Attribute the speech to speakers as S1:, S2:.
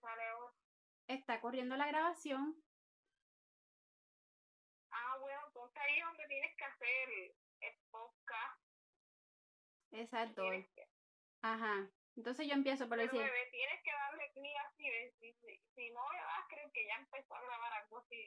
S1: sale ahora.
S2: Está corriendo la grabación.
S1: Ah, bueno, ponte ahí donde tienes que hacer el podcast.
S2: Exacto.
S1: Tienes que,
S2: Ajá. Entonces yo empiezo por
S1: pero
S2: decir,
S1: ah, bebé, tienes que darle clic así. ves, Si, si- si no le das, creen que ya empezó a grabar algo así.